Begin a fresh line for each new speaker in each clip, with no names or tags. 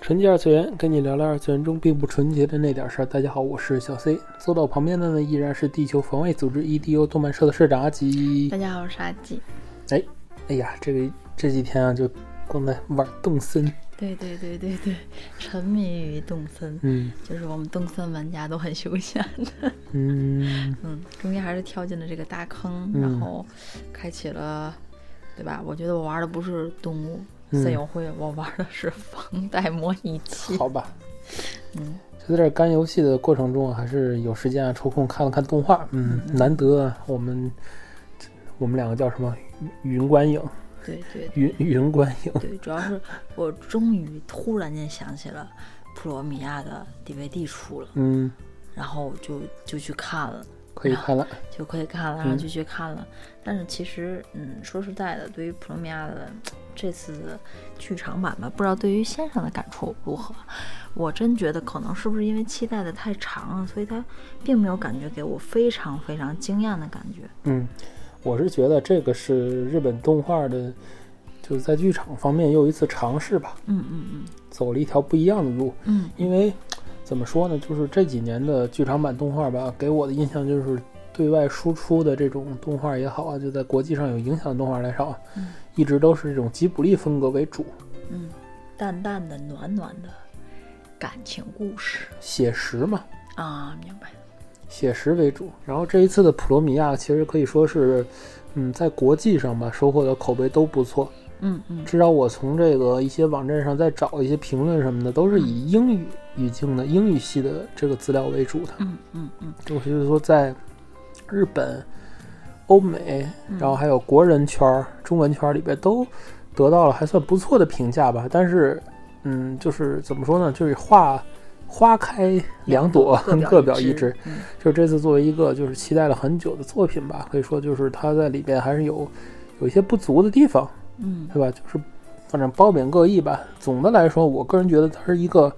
纯洁二次元，跟你聊聊二次元中并不纯洁的那点事儿。大家好，我是小 C，坐到我旁边的呢依然是地球防卫组织 EDO 动漫社的社长阿吉
大。家好，我是阿吉。
哎，哎呀，这个这几天啊，就都在玩动森，
对对对对对，沉迷于动森，
嗯
就是我们动森玩家都很休闲的。
嗯，
嗯，中间还是跳进了这个大坑，
嗯
然后开启了，对吧？我觉得我玩的不是动物
嗯
森友会，我玩的是房贷模拟器。
好吧，
嗯，
就在这干游戏的过程中啊，还是有时间啊抽空看了看动画，嗯，难得啊我们我们两个叫什么云观影，
对对
云云观影，
对，主要是我终于突然间想起了《普罗米亚》的 DVD 出了，
嗯，
然后我就就去看了。
可以看了，
就可以看了，然后
嗯
就去看了。但是其实，嗯，说实在的，对于普罗米亚的这次的剧场版吧，不知道对于先生的感触如何。我真觉得可能是不是因为期待的太长了，所以他并没有感觉给我非常非常惊艳的感觉。
嗯，我是觉得这个是日本动画的，就是在剧场方面又一次尝试吧，
嗯嗯
走了一条不一样的路。
嗯
因为怎么说呢，就是这几年的剧场版动画吧，给我的印象就是对外输出的这种动画也好啊，就在国际上有影响的动画来说啊，
嗯
一直都是这种吉卜力风格为主，
嗯嗯，淡淡的、暖暖的感情故事
写实嘛，
啊，明白。
写实为主。然后这一次的《普罗米亚》其实可以说是，嗯，在国际上吧，收获的口碑都不错。
嗯嗯
至少我从这个一些网站上再找一些评论什么的，都是以英语语境的英语系的这个资料为主的。
嗯嗯嗯
我就是说，在日本、欧美，然后还有国人圈儿、中文圈儿里边，都得到了还算不错的评价吧。但是，嗯，就是怎么说呢，就是花花开两朵， 各表一枝。。
嗯
就这次作为一个就是期待了很久的作品吧，可以说就是它在里边还是有有一些不足的地方，
嗯
对吧？就是反正褒贬各异吧。总的来说，我个人觉得它是一个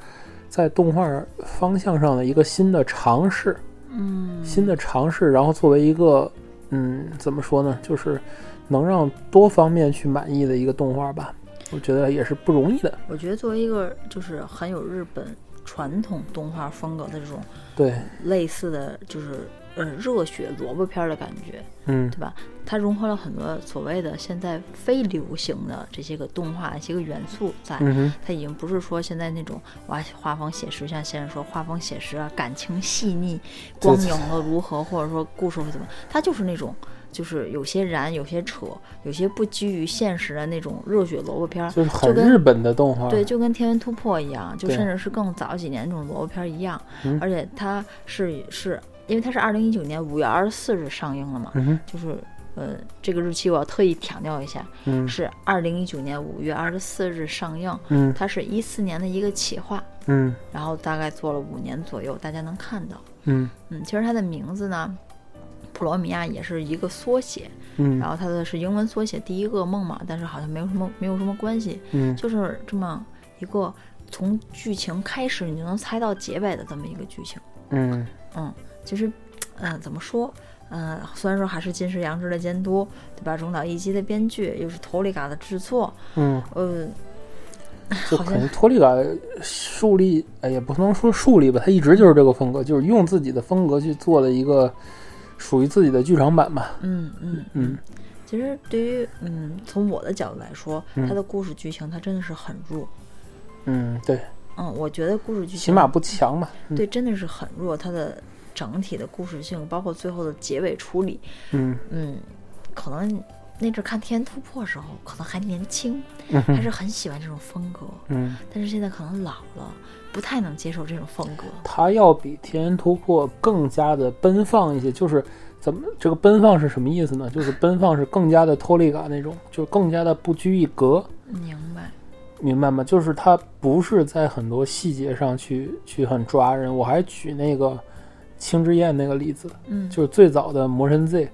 在动画方向上的一个新的尝试。
嗯，
新的尝试，然后作为一个，嗯，怎么说呢，就是能让多方面去满意的一个动画吧，我觉得也是不容易的。
我觉得作为一个就是很有日本传统动画风格的这种
对，
类似的就是呃热血萝卜片儿的感觉，
嗯
对吧？它融合了很多所谓的现在非流行的这些个动画一些个元素在。
嗯哼，
它已经不是说现在那种哇画风写实，像先生说画风写实啊，感情细腻，光影的如何，或者说故事会怎么，它就是那种就是有些燃，有些扯，有些不基于现实的那种热血萝卜片儿，
就是很
跟
日本的动画，
对，就跟《天元突破》一样，就
对
甚至是更早几年那种萝卜片儿一样，
嗯
而且它是是因为它是二零一九年五月二十四日上映了嘛，
嗯哼，
就是呃这个日期我要特意强调一下，
嗯
是二零一九年五月二十四日上映，
嗯
它是一四年的一个企划，
嗯
然后大概做了五年左右，大家能看到，
嗯
嗯，其实它的名字呢，普罗米亚也是一个缩写，
嗯
然后它的是英文缩写第一个梦嘛，但是好像没有什么没有什么关系，
嗯
就是这么一个从剧情开始你就能猜到结尾的这么一个剧情。
嗯
嗯，其实，嗯、怎么说？嗯、虽然说还是金石良知的监督，对吧？中岛一基的编剧，又是头里嘎的制作，
嗯，
呃，
就
好
可
像
能脱离感树立，哎，也不能说树立吧，它一直就是这个风格，就是用自己的风格去做了一个属于自己的剧场版吧，
嗯嗯
嗯，
其实对于嗯，从我的角度来说，
嗯
它的故事剧情它真的是很弱。
嗯，对，
嗯，我觉得故事剧情
起码不强嘛，嗯
对真的是很弱，它的整体的故事性，包括最后的结尾处理，
嗯
嗯，可能那阵儿看《天突破》的时候，可能还年轻，
嗯
还
哼
是很喜欢这种风格，
嗯。
但是现在可能老了，不太能接受这种风格。
它要比《田园突破》更加的奔放一些，就是怎么这个奔放是什么意思呢？就是奔放是更加的脱离感那种，就更加的不拘一格。
明白，
明白吗？就是他不是在很多细节上去去很抓人。我还举那个《青之焰》那个例子，
嗯
就是最早的《魔神 Z》，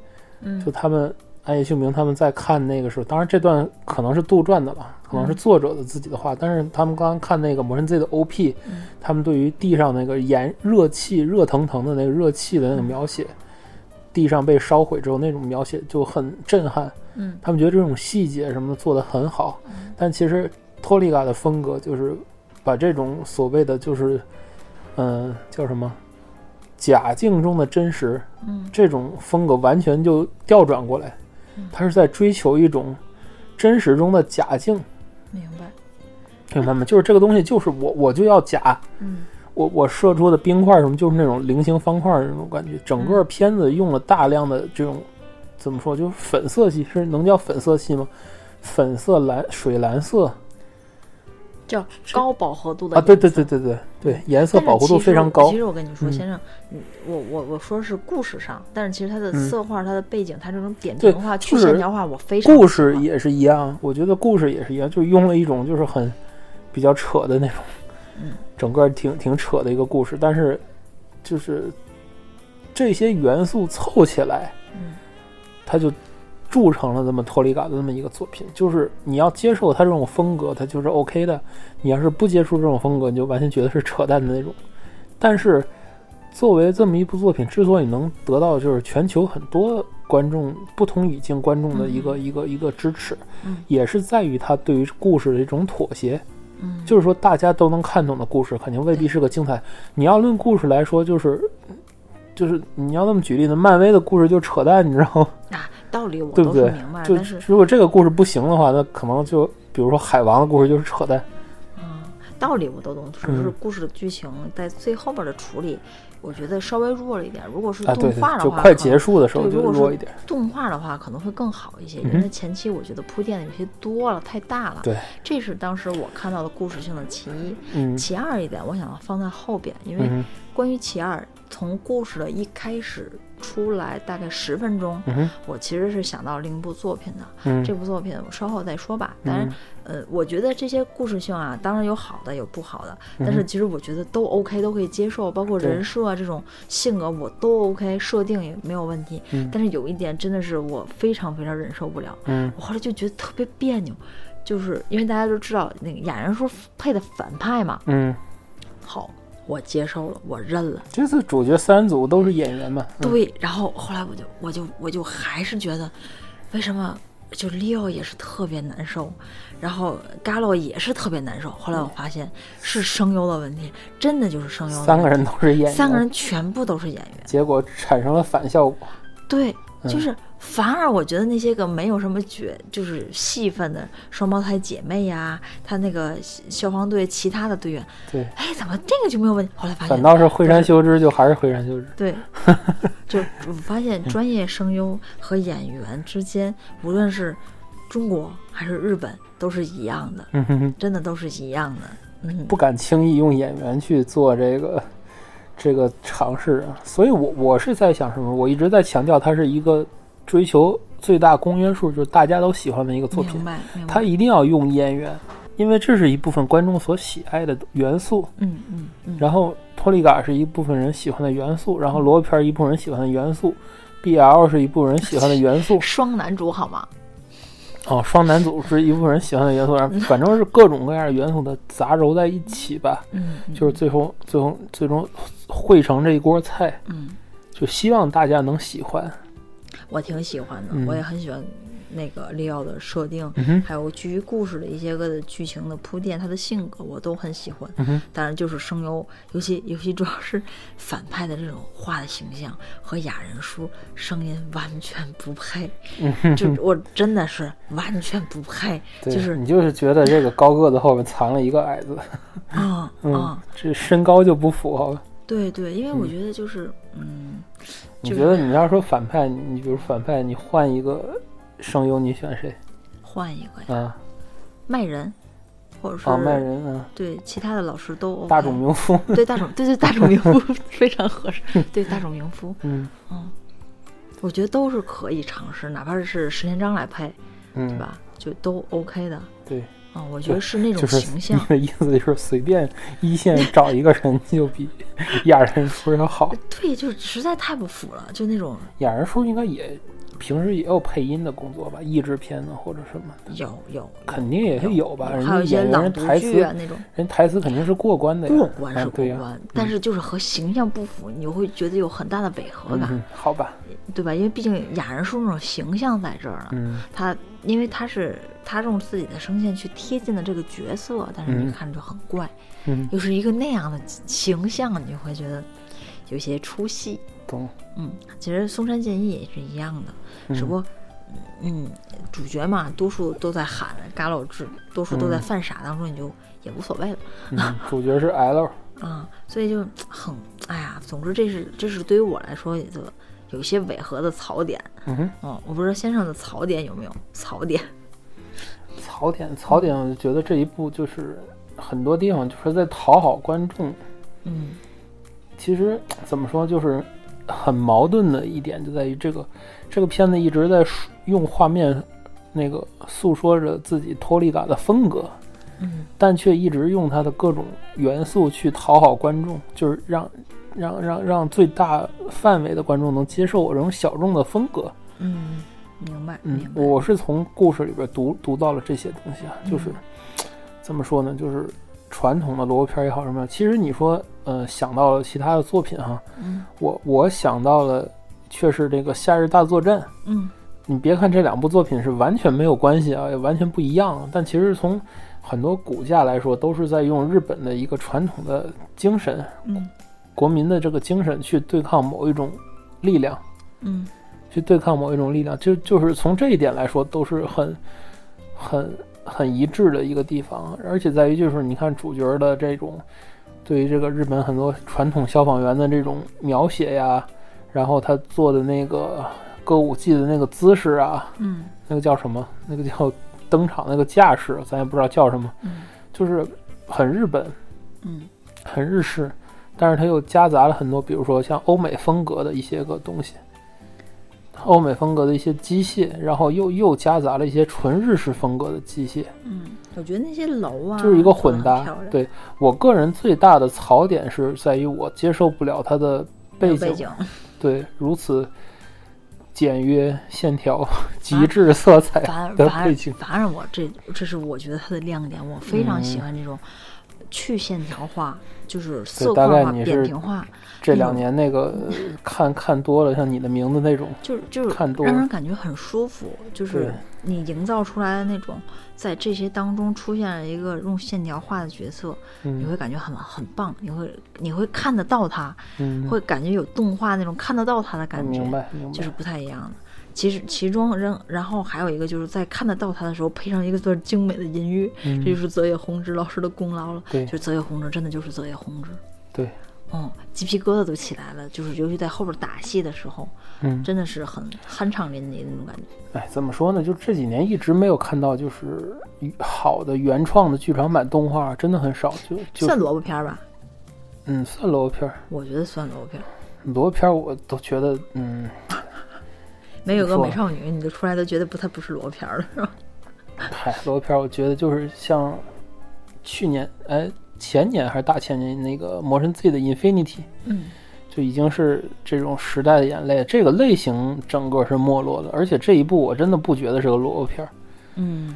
就
嗯
他们安野秀明他们在看那个时候，当然这段可能是杜撰的吧，
嗯
可能是作者的自己的话，但是他们刚刚看那个《魔神 Z》的 OP，、
嗯
他们对于地上那个炎热气热腾腾的那个热气的那种描写，地上被烧毁之后那种描写就很震撼。
嗯
他们觉得这种细节什么的做得很好，但其实托利嘎的风格就是把这种所谓的就是，嗯、叫什么假境中的真实
嗯
这种风格完全就调转过来
嗯，
他是在追求一种真实中的假境，
明白，
明白 吗？就是这个东西就是我我就要假，
嗯
我我射出的冰块什么就是那种菱形方块那种感觉，整
嗯
个片子用了大量的这种怎么说，就是粉色系，是能叫粉色系吗？粉色蓝、水蓝色
叫高饱和度的
啊，对
颜色嗯
对对对对对，颜色
但是
饱和度
其实
非常高
其。实我跟你说，
嗯
先生，你我我我说是故事上，但是其实它的
嗯
色块、它的背景、它这种点
对
评化、去
就是
线条化，我非常
故
喜欢
事也是一样，我觉得故事也是一样，就用了一种就是很比较扯的那种
嗯，
整个挺挺扯的一个故事，但是就是这些元素凑起来，
嗯
它就铸成了这么脱离感的这么一个作品。就是你要接受它这种风格，它就是 OK 的；你要是不接受这种风格，你就完全觉得是扯淡的那种。但是，作为这么一部作品，之所以能得到就是全球很多观众不同语境观众的一个、一个一个支持，
嗯
也是在于它对于故事的一种妥协。
嗯，
就是说大家都能看懂的故事，肯定未必是个精彩。你要论故事来说，就是就是你要那么举例呢，漫威的故事就扯淡，你知道吗？
啊，道理我
对不
都是
对
明白，
就
但是
如果这个故事不行的话，那可能就比如说海王的故事就是扯淡。
嗯，道理我都懂，只是
嗯
故事的剧情在最后边的处理，我觉得稍微弱了一点。如果是
啊，对
动画
对，
的
就
话，
快
可
结
能
束的时候
对
就
如果
弱
是
一点。
动画的话可能会更好一些，
嗯
因
哼
为前期我觉得铺垫的有些多了，太大了。
对，
这是当时我看到的故事性的其一。
嗯
其二一点，我想放在后边，因为
嗯
关于其二，从故事的一开始出来大概十分钟，
嗯哼
我其实是想到另一部作品的。
嗯
这部作品我稍后再说吧。当然，呃，我觉得这些故事性啊，当然有好的，有不好的，但
嗯
是
哼
其实我觉得都 OK，都可以接受，包括
对
人设啊这种性格我都 OK，设定也没有问题。
嗯
但是有一点真的是我非常非常忍受不了，
嗯
我后来就觉得特别别扭，就是因为大家都知道那个雅人说配的反派嘛，
嗯，
好，我接受了，我认了。
这次主角三组都是演员嘛？嗯
对，然后后来我就我就我就还是觉得，为什么就 Leo 也是特别难受，然后 Galo 也是特别难受。后来
嗯
我发现是声优的问题，真的就是声优的
三个
问题
人都是演员，
三个人全部都是演员，
结果产生了反效果。
对，
嗯
就是反而我觉得那些个没有什么角就是戏份的双胞胎姐妹呀、她那个消防队其他的队员，
对，
哎，怎么这个就没有问题？后来发
反
现
倒是惠山修之就还是惠山修之。
对，就我发现
嗯
专业声优和演员之间，无论是中国还是日本，都是一样的，
嗯哼哼。
真的都是一样的。嗯，
不敢轻易用演员去做这个 这个尝试啊。所以我我是在想什么？我一直在强调，它是一个追求最大公约数，就是大家都喜欢的一个作品
明。白，明
它
白。
一定要用演员，因为这是一部分观众所喜爱的元素。
嗯嗯嗯，
然后托利嘎是一部分人喜欢的元素，然后萝卜片儿一部分人喜欢的元素。BL 是一部分人喜欢的元 素
双男主好吗？
哦，双男主是一部分人喜欢的元素，然后反正是各种各样的元素的杂糅在一起吧。
嗯，嗯
就是最后最后最终汇成这一锅菜，
嗯，
就希望大家能喜欢。
我挺喜欢的，
嗯
我也很喜欢那个利奥的设定，
嗯哼
还有基于故事的一些个的剧情的铺垫，他的性格我都很喜欢。
嗯哼
当然就是声优，尤其尤其主要是反派的这种画的形象和雅人叔声音完全不配，
嗯
就是我真的是完全不配，
对，
就是
你就是觉得这个高个子后面藏了一个矮子，
啊啊、
嗯，这身高就不符合了。
对对，因为我觉得就是嗯，
你
就
觉得
是
你要说反派，你你比如反派，你换一个声优，你选谁
换一个呀，
啊？
麦人，或者是
啊，麦人啊，
对其他的老师都 OK，
大冢明夫，
对大众，对对大众名夫 非常合适。 对大众名夫，
嗯
我觉得都是可以尝试，哪怕是石田章来配，对
嗯，
吧？就都 OK 的。
对，
啊，我觉得是那种
就是
形
你
象。
的意思就是随便一线找一个人就比雅人叔要好。
对，就是实在太不符了，就那种
雅人叔应该也平时也有配音的工作吧，译制片呢或者什么的，
有有，
肯定也是有吧。人
还有
家
一些
演员
朗
人
读
台词
剧啊那种
人台词肯定是过关的呀，
过关是
啊
过
对呀、
关，但是就是和形象不符，你会觉得有很大的违和感，
嗯，好吧，
对吧？因为毕竟雅人叔那种形象在这儿呢，
嗯，
他因为他是他用自己的声线去贴近了这个角色，但是你
嗯
看着就很怪，
嗯
又是一个那样的形象，你会觉得有些出戏。
懂，
嗯，其实松山健一也是一样的，
嗯
只不过，嗯，主角嘛，多数都在喊嘎老志，多数都在
嗯
犯傻当中，你就也无所谓了
嗯，主角是 L，
啊、所以就很，哎呀，总之这是这是对于我来说也就有些违和的槽点，
嗯哼，
嗯，我不知道先生的槽点有没有槽点，
槽点，槽点，我就觉得这一部就是很多地方就是在讨好观众，
嗯
其实怎么说，就是很矛盾的一点就在于这个这个片子一直在述用画面那个诉说着自己脱离感的风格，
嗯
但却一直用它的各种元素去讨好观众，就是让让让让最大范围的观众能接受我这种小众的风格。
嗯，明白
嗯
明，白，嗯
我是从故事里边读读到了这些东西啊，就是、怎么说呢，就是传统的萝卜片儿也好什么样，其实你说呃想到了其他的作品哈、
嗯
我我想到了却是这个《夏日大作战》。
嗯
你别看这两部作品是完全没有关系啊，也完全不一样，但其实从很多骨架来说，都是在用日本的一个传统的精神、
嗯
国民的这个精神去对抗某一种力量。
嗯
去对抗某一种力量，就就是从这一点来说，都是很很很一致的一个地方，而且在于就是你看主角的这种对于这个日本很多传统消防员的这种描写呀，然后他做的那个歌舞伎的那个姿势啊，
嗯
那个叫什么？那个叫 登场那个架势，咱也不知道叫什么，
嗯
就是很日本，
嗯
很日式，但是它又夹杂了很多，比如说像欧美风格的一些个东西，欧美风格的一些机械，然后又又夹杂了一些纯日式风格的机械，
嗯，我觉得那些楼啊，
就是一个混搭
都很漂。亮，
对我个人最大的槽点是在于我接受不了它的
没有
背
背
景，对如此简约线条、极致色彩
啊 反
的
反而
背景。
反而我这这是我觉得它的亮点，我非常喜
嗯
欢这种去线条化，就是色
大
块
概
化、
你
扁
是
平化，
这两年那个呃看看多了，像你的名字那种，
就是就是
看多
让
了
人感觉很舒服，就
对
是你营造出来的那种，在这些当中出现了一个用线条化的角色，你
嗯
会感觉很很棒，你会你会看得到它，
嗯，
会感觉有动画那种看得到它的感觉，
明白明白，
就是不太一样的。其实其中仍然后还有一个就是在看得到它的时候配上一个段精美的音乐，
嗯
这就是泽野弘之老师的功劳了。
对
就是泽野弘之真的就是泽野弘之，
对，
嗯，鸡皮疙瘩都起来了。就是尤其在后边打戏的时候，
嗯。
真的是很酣畅淋漓的那种感觉。
哎，怎么说呢？就这几年一直没有看到，就是好的原创的剧场版动画，真的很少。就就
算萝卜片儿吧，
嗯，算萝卜片儿，
我觉得算萝卜片儿。
萝卜片儿我都觉得嗯，
没有个
不错
美少女，你就出来都觉得不，它不是萝卜片儿了，是吧？
嗨，萝卜片儿我觉得就是像去年哎前年还是大前年那个《魔神 Z》的《Infinity》，
嗯
就已经是这种时代的眼泪，这个类型整个是没落的。而且这一部我真的不觉得是个萝卜片儿，
嗯，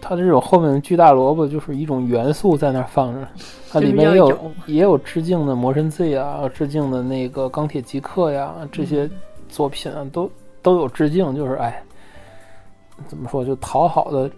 它这种后面巨大萝卜就是一种元素在那儿放着，它
就是
里面
要
也有
有
也有致敬的《魔神 Z》啊，致敬的那个《钢铁极客》呀，这些作品啊，都都有致敬，就是哎，怎么说就讨好的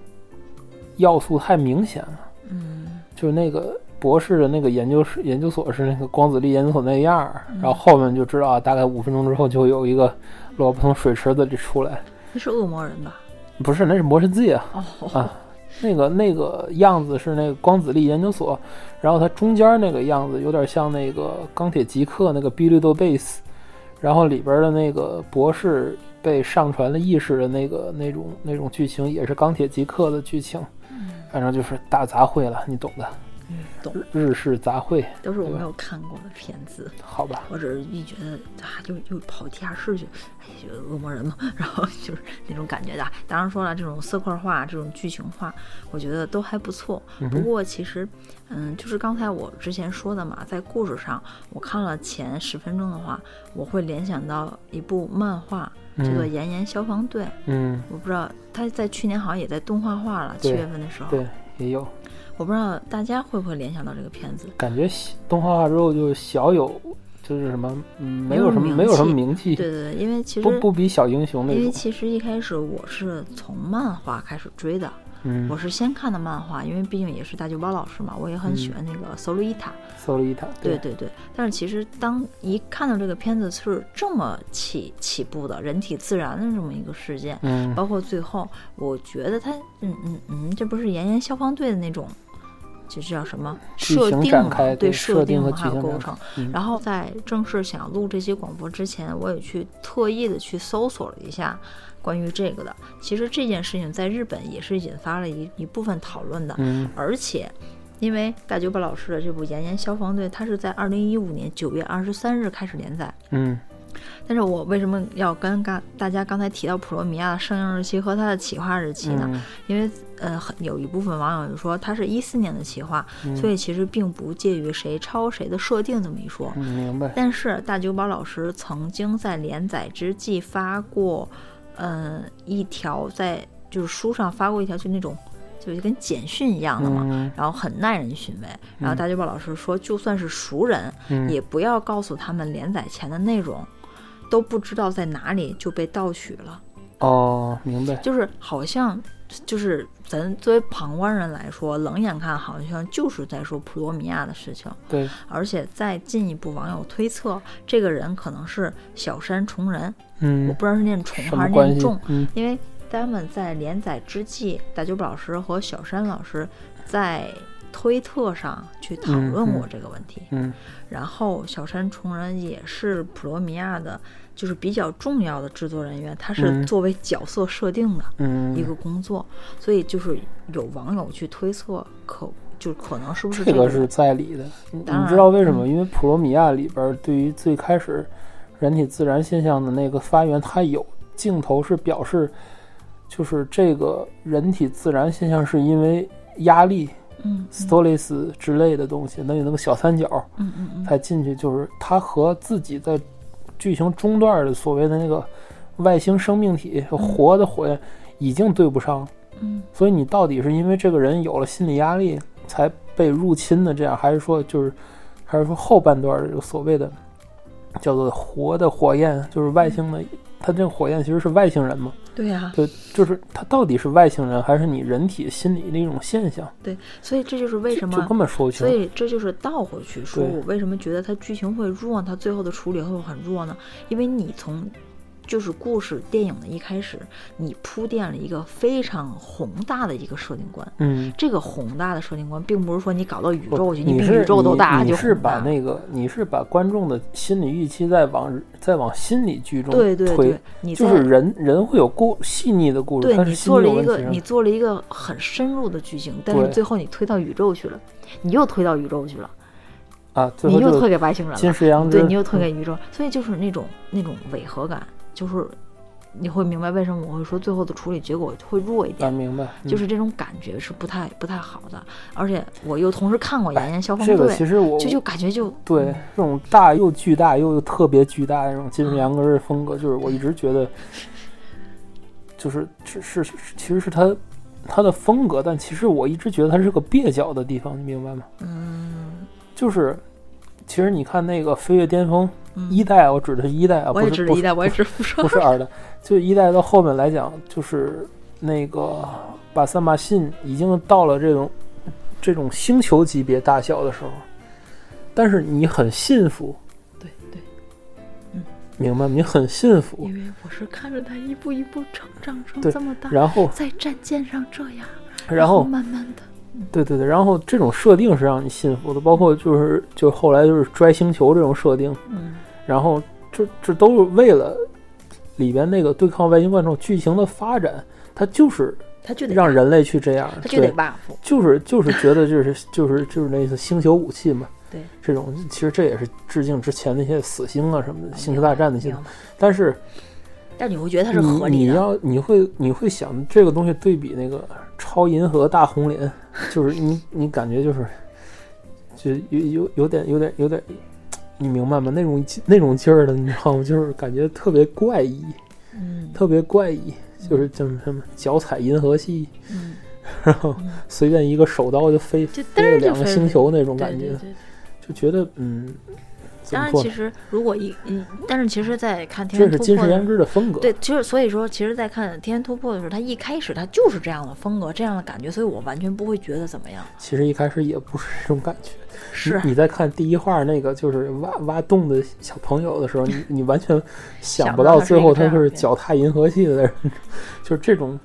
要素太明显了，
嗯
就是那个。博士的那个研究室、研究所是那个光子力研究所那样儿，然后后面就知道啊，大概五分钟之后就会有一个萝卜从水池子里出来，
那是恶魔人吧？
不是，那是魔神 Z 啊，
哦，
啊，那个那个样子是那个光子力研究所，然后它中间那个样子有点像那个钢铁极客那个 b i l i d o Base，然后里边的那个博士被上传了意识的那个那种
嗯
那种剧情也是钢铁极客的剧情，反正就是大杂烩了，你懂的。
懂，
日式杂烩，
都是我
对吧
没有看过的片子。
好吧，
我只是一觉得啊，又又跑地下室去，哎，觉得恶魔人嘛， 然后就是那种感觉的。当然说了，这种色块画、这种剧情画，我觉得都还不错。不过其实，嗯，就是刚才我之前说的嘛，在故事上，我看了前十分钟的话，我会联想到一部漫画，叫做《
嗯
炎炎消防队》。
嗯，
我不知道他在去年好像也在动画化了，七
对
月份的时候，
对，也有
我不知道大家会不会联想到这个片子。
感觉小动画化之后就小有就是什么，嗯，没有什么
没
没有
有什
什
么
么名气
对，对对，因为其实
不不比小英雄
因
那
为
种，
其实一开始我是从漫画开始追的，
嗯
我，是先看的漫画，因为毕竟也是大久保老师嘛，我也很喜
嗯
欢那个 s o l i t a
搜了一塔，
对，对对，但是其实当一看到这个片子是这么起起步的，人体自燃的这么一个事件，
嗯，
包括最后，我觉得他，嗯嗯嗯，这不是炎炎消防队的那种，这叫什么
剧
设
情
定
展
嘛
开
对
对
设
设
定
定和
还
剧情
有构
展
成。
嗯
然后在正式想录这期广播之前，我也去特意的去搜索了一下关于这个的。其实这件事情在日本也是引发了一一部分讨论的，
嗯
而且。因为大久保老师的这部《炎炎消防队》，它是在二零一五年九月二十三日开始连载，
嗯
但是我为什么要跟刚大家刚才提到普罗米亚的上映日期和它的企划日期呢？
嗯
因为呃，很有一部分网友就说它是一四年的企划，
嗯
所以其实并不介于谁抄谁的设定这么一说。
嗯，明白，
但是大久保老师曾经在连载之际发过，嗯、一条在就是书上发过一条，就那种就是跟简讯一样的嘛，
嗯
然后很耐人寻味。然后大久保老师说，就算是熟人，
嗯
也不要告诉他们连载前的内容，都不知道在哪里就被盗取了。
哦，明白，
就是好像，就是咱作为旁观人来说，冷眼看好像就是在说普罗米亚的事情。
对，
而且再进一步，网友推测这个人可能是小山重人，我
嗯，
不知道是念重
什
还
么
是
关
念
系
重，？
嗯
因为他们在连载之际，大久保老师和小山老师在推特上去讨论过这个问题。
嗯
然后小山重人也是普罗米亚的，就是比较重要的制作人员，他是
嗯
作为角色设定的一
嗯，
个工作，所以就是有网友去推测可。就可能是不是
这个
人
是在理的，你
当
你
然嗯
知道为什么？因为普罗米亚里边儿对于最开始人体自然现象的那个发源，它有镜头是表示，就是这个人体自然现象是因为压力、
嗯
s t o l e s 之类的东西，那有那个小三角
嗯嗯嗯
才进去，就是它和自己在剧情中段的所谓的那个外星生命体活的火焰已经对不上了。
嗯
所以你到底是因为这个人有了心理压力才被入侵的这样，还是说就是，还是说后半段儿这个所谓的叫做活的火焰，就是外星的，它这个火焰其实是外星人嘛？
嗯，对呀、
对，就是它到底是外星人，还是你人体心理的一种现象？
对，所以这就是为什
就
么
根，本说不
所
清。
以这就是倒回去说，
对
我为什么觉得它剧情会弱，它最后的处理会很弱呢？因为你从就是故事电影的一开始，你铺垫了一个非常宏大的一个设定观，
嗯，
这个宏大的设定观，并不是说你搞到宇
不
宙去，
你
比
是
宇宙都大
你
就
你是
宏大
把那个你是把观众的心理预期再往再往心理剧中
对对
推
对，，你在
就是人人会有故细腻的故事，
对
它
你
是心
做
理
了
有问
一个
题
你
的
做了一个很深入的剧情，但是
对
最后你推到宇宙去了，你又推到宇宙去了，
啊，最
你
后
又
就
推给外星人了，
金石嗯羊脂，
对你又推给宇宙，所以就是那种那种违和感，就是你会明白为什么我会说最后的处理结果会弱一
啊，
点，
明白，嗯
就是这种感觉是不太不太好的。而且我又同时看过《炎炎消防
哎嗯这
队
个。其实我
就就感觉就
对这种大又巨大又特别巨大的那种金
嗯
氏杨根的风格，就是我一直觉 得，就是是是是其实是他他的风格，但其实我一直觉得他是个蹩脚的地方，你明白吗？
嗯，
就是其实你看那个《飞跃巅峰》
嗯
一代，我指的是一代啊，
我
不
也
是
指
不
着
是
一代，我也 指不
不
说，
是二代，就一代到后面来讲，就是那个把三马信已经到了这种这种星球级别大小的时候，但是你很信服，
对对，
明白吗？你很信服
因，为我是看着他一步一步成长成
对
这么大，
然后
在战舰上这样，
然后
慢慢的，
对对对，然后这种设定是让你信服的，包括就是就后来就是拽星球这种设定，
嗯，
然后这这都是为了里边那个对抗外星怪兽剧情的发展，它就是
他就得
让人类去这样，
他就得
对
buff，
就是就是觉得就是就是就是那意思，星球武器嘛。
对，
这种其实这也是致敬之前那些死星啊什么的，星球大战那
你
些
知道。吗？
但是
但你会觉得它是合
你
理
你
的，
要你会你会想这个东西对比那个超银河大红莲，就是你你感觉就是就有有有点有点有点，你明白吗？那种劲那种劲儿的，你知道吗？就是感觉特别怪异，
嗯
特别怪异，就是叫什么脚踩银河系，
嗯，
然后随便一个手刀就飞
就
飞
嘚
了
儿就
两个
飞
星
了
球那种
对
感
对
觉，
对
就觉得嗯，怎
当
么
然，
说
其
呢？
实如果一嗯，但是其实，在看《天
这
元
是
突
金
破
石》
的
良知的风格，
对，其实所以说，其实，在看《天元突破》的时候，他一开始他就是这样的风格，这样的感觉，所以我完全不会觉得怎么样。
其实一开始也不是这种感觉。
是啊
你你在看第一画那个就是挖挖洞的小朋友的时候，你 你完全想不到最后他是脚踏银河系的人，就是这种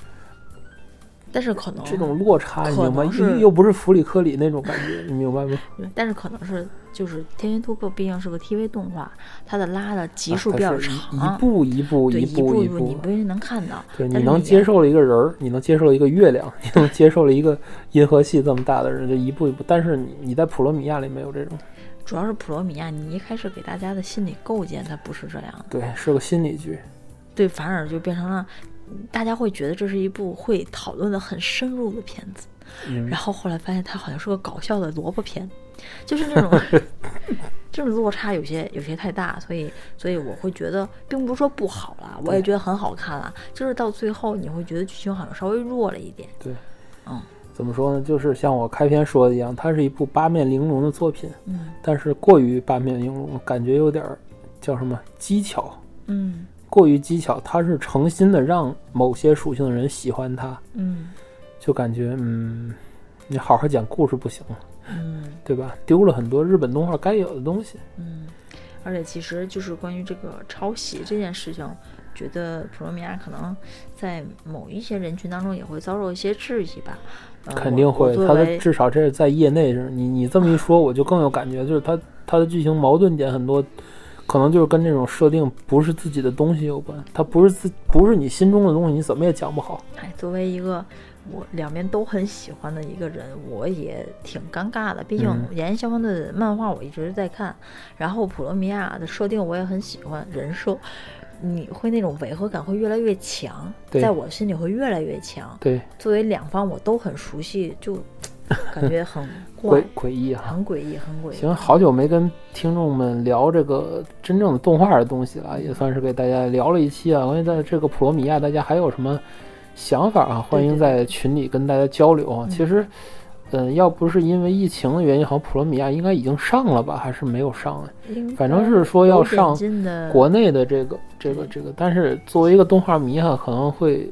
但是可能
这种落差，你
哦可
明白？
能是
又又不是弗里克里那种感觉，你明白 吗？
对但是可能是就是《天元突破》毕竟是个 TV 动画，它的拉的集
啊
数
它
比较
是一
长，
一步一步
对，
步
步
一
步你不一定能看到，
对，
但
你
是
能
你
接
也
受了一个人儿，你能接受了一个月亮，你能接受了一个银河系这么大的人，就一步一步。但是你你在普罗米亚里没有这种，
主要是普罗米亚，你一开始给大家的心理构建它不是这样的，
对，是个心理剧。
对，反而就变成了大家会觉得这是一部会讨论的很深入的片子。
嗯
然，后后来发现它好像是个搞笑的萝卜片，就是那种这种落差有些有些太大，所以所以我会觉得，并不是说不好啦，我也觉得很好看啦，就是到最后你会觉得剧情好像稍微弱了一点。
对，
嗯
怎么说呢？就是像我开篇说的一样，它是一部八面玲珑的作品，
嗯
但是过于八面玲珑，感觉有点儿叫什么技巧，
嗯
过于技巧。它是诚心的让某些属性的人喜欢它，
嗯
就感觉嗯，你好好讲故事不行吗，
嗯
对吧？丢了很多日本动画该有的东西。
嗯，而且其实就是关于这个抄袭这件事情。觉得普罗米亚可能在某一些人群当中也会遭受一些质疑吧，呃、
肯定
我
会
我，作
他的
为
至少这是在业内是，你你这么一说，我就更有感觉，就是他他的剧情矛盾点很多，可能就是跟这种设定不是自己的东西有关，它不是自不是你心中的东西，你怎么也讲不好。
哎，作为一个我两边都很喜欢的一个人，我也挺尴尬的。毕竟
嗯
《炎炎消防队》的漫画我一直在看，然后《普罗米亚》的设定我也很喜欢，人设你会那种违和感会越来越强，
对
在我心里会越来越强。
对，
作为两方我都很熟悉， 就感觉很怪
诡，诡异啊。
很诡异，很诡异。
行，好久没跟听众们聊这个真正的动画的东西了，也算是给大家聊了一期啊。关于在这个普罗米亚，大家还有什么想法啊？欢迎
对对
在群里跟大家交流啊。其实，嗯，要不是因为疫情的原因，好像普罗米亚应该已经上了吧，还是没有上啊？
应
反正
该
是说要
有点
上
进的
国内的这个这个这个，但是作为一个动画迷哈，可能会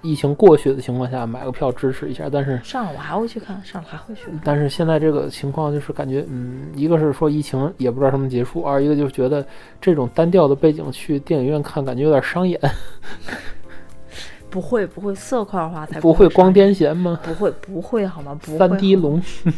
疫情过去的情况下买个票支持一下，但是。
上了我还会去看，上了还会去看。
但是现在这个情况就是感觉，嗯，一个是说疫情也不知道什么结束，二一个就是觉得这种单调的背景去电影院看，感觉有点伤眼，
不会不会，色块化才
不会光
上
癫痫吗？
不会不会好吗？不会啊
三 D
好吗
龙，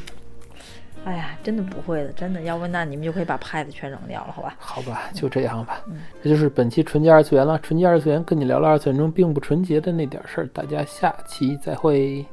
哎呀，真的不会的，真的，要不那你们就可以把派子全扔掉了，好吧？
好吧，就这样吧。这就是本期纯洁二次元了，纯洁二次元跟你聊了二次元中并不纯洁的那点事儿，大家下期再会。